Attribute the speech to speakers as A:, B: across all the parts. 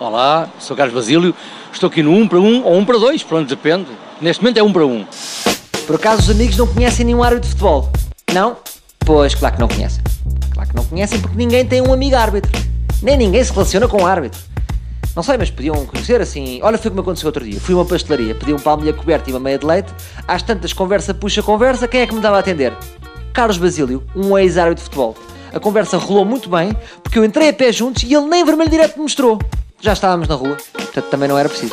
A: Olá, sou Carlos Basílio, estou aqui no 1 para 1 ou 1 para 2, pronto, depende. Neste momento é 1 para 1.
B: Por acaso os amigos não conhecem nenhum árbitro de futebol? Não? Pois, claro que não conhecem. Claro que não conhecem porque ninguém tem um amigo árbitro. Nem ninguém se relaciona com o árbitro. Não sei, mas podiam conhecer assim. Olha, foi como aconteceu outro dia. Fui a uma pastelaria, pedi um palmilha coberto e uma meia de leite. Às tantas, conversa puxa conversa, quem é que me dava a atender? Carlos Basílio, um ex-árbitro de futebol. A conversa rolou muito bem, porque eu entrei a pé juntos e ele nem vermelho direto me mostrou. Já estávamos na rua, portanto também não era preciso.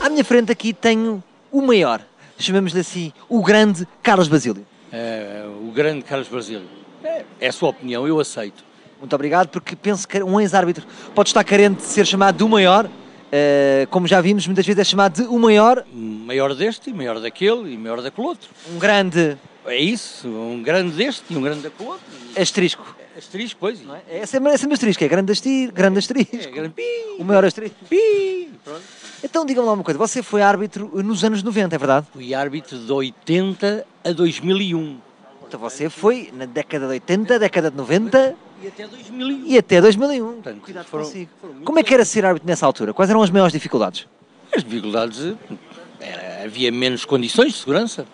B: À minha frente aqui tenho o maior, chamemos-lhe assim, o grande Carlos Basílio.
A: É, o grande Carlos Basílio. É, é a sua opinião, eu aceito.
B: Muito obrigado, porque penso que um ex-árbitro pode estar carente de ser chamado do maior, eh, como já vimos, muitas vezes é chamado de o maior,
A: Maior deste, e maior daquele e maior daquele outro.
B: um grande
A: É isso, um grande deste e um grande daquele outro.
B: asterisco.
A: Asterisco, pois.
B: não é? É sempre, é sempre asterisco, é grande asterisco, grande asterisco,
A: É, grande pi,
B: o maior asterisco.
A: pi, pronto.
B: Então diga-me lá uma coisa, você foi árbitro nos anos 90, é verdade?
A: Fui árbitro de 80 a 2001.
B: Então você foi na década de 80, década de 90
A: E um. até 2001.
B: e até 2001.
A: Portanto,
B: Cuidado
A: foram-
B: consigo.
A: foram muito
B: Como é que era ser árbitro nessa altura? Quais eram as maiores dificuldades?
A: As dificuldades, eh, era- havia menos condições de segurança.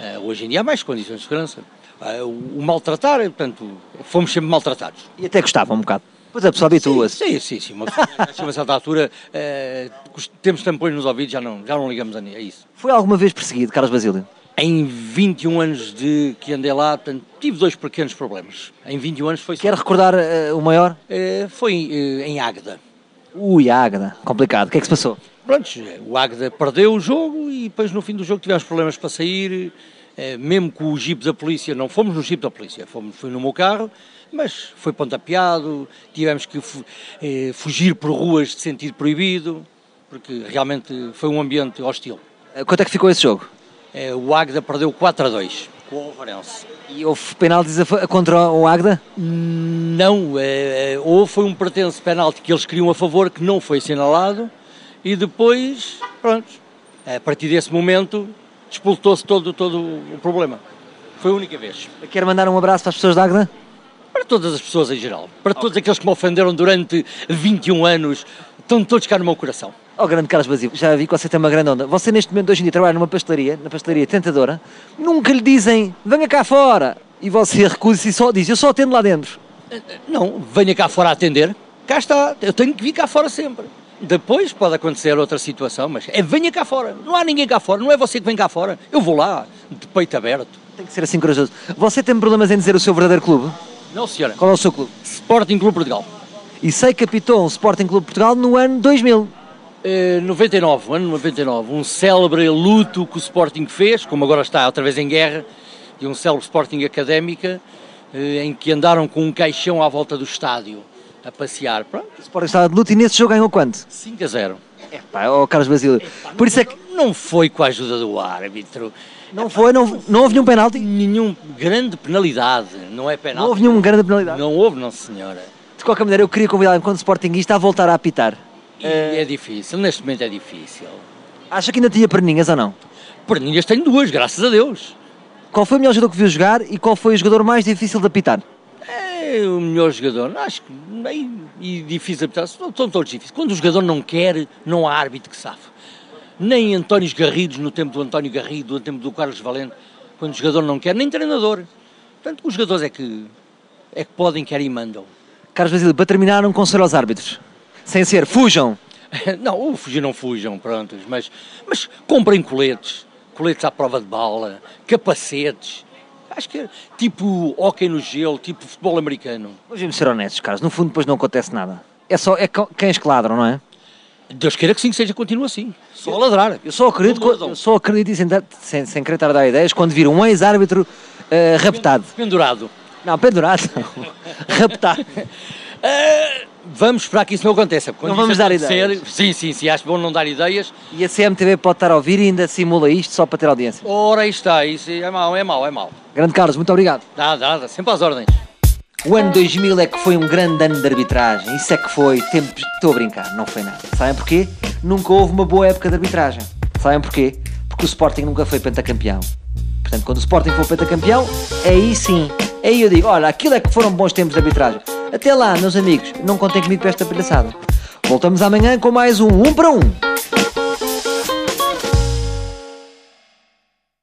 A: Eh, Hoje em dia há mais condições de segurança. Ah, O o maltratar, eh, portanto, fomos sempre maltratados.
B: E até gostava um bocado. Pois a pessoa habitua-se.
A: Sim, sim, sim. Uma pessoa, a uma certa altura, eh, cos- temos tampões nos ouvidos, já não, já não ligamos a ni- a isso.
B: Foi alguma vez perseguido, Carlos Basílio?
A: Em 21 anos de que andei lá, portanto, tive dois pequenos problemas. Em 21 anos foi,
B: Quer recordar eh, o maior?
A: eh, foi eh, em Águeda.
B: Ui, Águeda, complicado. O que é que se passou?
A: Prontos, o Águeda perdeu o jogo e depois no fim do jogo tivemos problemas para sair, eh, mesmo com o jipe da polícia, não fomos no jipe da polícia, fomos, fui no meu carro, mas foi pontapeado, tivemos que fu- eh, fugir por ruas de sentido proibido, porque realmente foi um ambiente hostil.
B: Eh, Quanto é que ficou esse jogo?
A: Eh, O Águeda perdeu 4 a 2 com o Alvarense.
B: E houve penaltis a fa- contra o Águeda?
A: Não, eh, eh, ou foi um pertenço penalti que eles queriam a favor que não foi assinalado e depois, pronto, a partir desse momento despoltou-se todo, todo o problema. Foi a única vez.
B: Quer mandar um abraço para as pessoas de Águeda?
A: Para todas as pessoas em geral, para todos aqueles que me ofenderam durante 21 anos, estão todos cá no meu coração.
B: Oh, grande Carlos Basílio, já vi que você tem uma grande onda. Você neste momento, hoje em dia, trabalha numa pastelaria, na pastelaria tentadora. Nunca lhe dizem, venha cá fora. E você recusa-se e só diz, eu só atendo lá dentro.
A: Não, venha cá fora atender. Cá está, eu tenho que vir cá fora sempre. Depois pode acontecer outra situação, mas é venha cá fora. Não há ninguém cá fora, não é você que vem cá fora. Eu vou lá, de peito aberto.
B: Tem que ser assim corajoso. Você tem problemas em dizer o seu verdadeiro clube?
A: Não, senhora.
B: Qual é o seu clube?
A: Sporting Clube Portugal.
B: E sei que apitou um Sporting Clube de Portugal no ano 2000.
A: Eh, 99, ano 99, um célebre luto que o Sporting fez, como agora está outra vez em guerra, de um célebre Sporting Académica, eh, em que andaram com um caixão à volta do estádio a passear. Pronto,
B: O Sporting estava de luta e nesse jogo ganhou quanto?
A: 5 a 0.
B: É pá, oh, Carlos Basílio. Por isso é que
A: Não foi com a ajuda do árbitro.
B: não foi, não, não houve nenhum penalti.
A: Nenhum grande penalidade, não é penalti.
B: Não houve nenhuma grande penalidade.
A: Não houve, não senhora.
B: De qualquer maneira, eu queria convidar enquanto Sportingista a voltar a apitar.
A: E
B: Eh,
A: é difícil, neste momento é difícil.
B: Acha que ainda tinha perninhas ou não?
A: Perninhas tenho duas, graças a Deus.
B: Qual foi o melhor jogador que viu jogar e qual foi o jogador mais difícil de apitar?
A: É o melhor jogador, acho que bem e difícil apitar, são são todos difíceis. Quando o jogador não quer, não há árbitro que safa. Nem António Garridos, no tempo do António Garrido, no tempo do Carlos Valente, quando o jogador não quer, nem treinador. Portanto, os jogadores é que, é que podem, querem e mandam.
B: Carlos Basílio, para terminar, um conselho aos árbitros. Sem ser, fujam!
A: Não, ou fugir não fujam, prontos, mas, mas comprem coletes, coletes à prova de bala, capacetes, acho que é tipo hóquei no gelo, tipo futebol americano.
B: Mas Vamos ser honestos, Carlos, no fundo depois não acontece nada. É só é co- cães que ladram, não é?
A: Deus queira que sim, que seja, continua assim. Só a ladrar.
B: Eu só acredito,
A: Como
B: co-
A: ladrão.
B: eu só acredito e sem, dar- sem, sem querer estar a dar ideias, quando vir um ex-árbitro eh, raptado.
A: Pendurado.
B: Não, pendurado. raptado.
A: Ah, vamos esperar que isso não aconteça. porque quando
B: Não vamos
A: isso
B: dar
A: acontecer-
B: ideias.
A: Sim, sim, sim, acho bom não dar ideias.
B: E a CMTV pode estar a ouvir e ainda simula isto só para ter audiência.
A: Ora, aí está, isso é mau, é mau, é mau.
B: Grande Carlos, muito obrigado.
A: Dá, dá, dá, sempre às ordens.
B: O ano 2000 é que foi um grande ano de arbitragem. Isso é que foi. Tempos... Estou a brincar, não foi nada. Sabem porquê? Nunca houve uma boa época de arbitragem. Sabem porquê? Porque o Sporting nunca foi pentacampeão. Portanto, quando o Sporting for pentacampeão, aí sim. Aí eu digo, olha, aquilo é que foram bons tempos de arbitragem. Até lá, meus amigos, não contem comigo para esta palhaçada. Voltamos amanhã com mais um 1 um para 1. Um.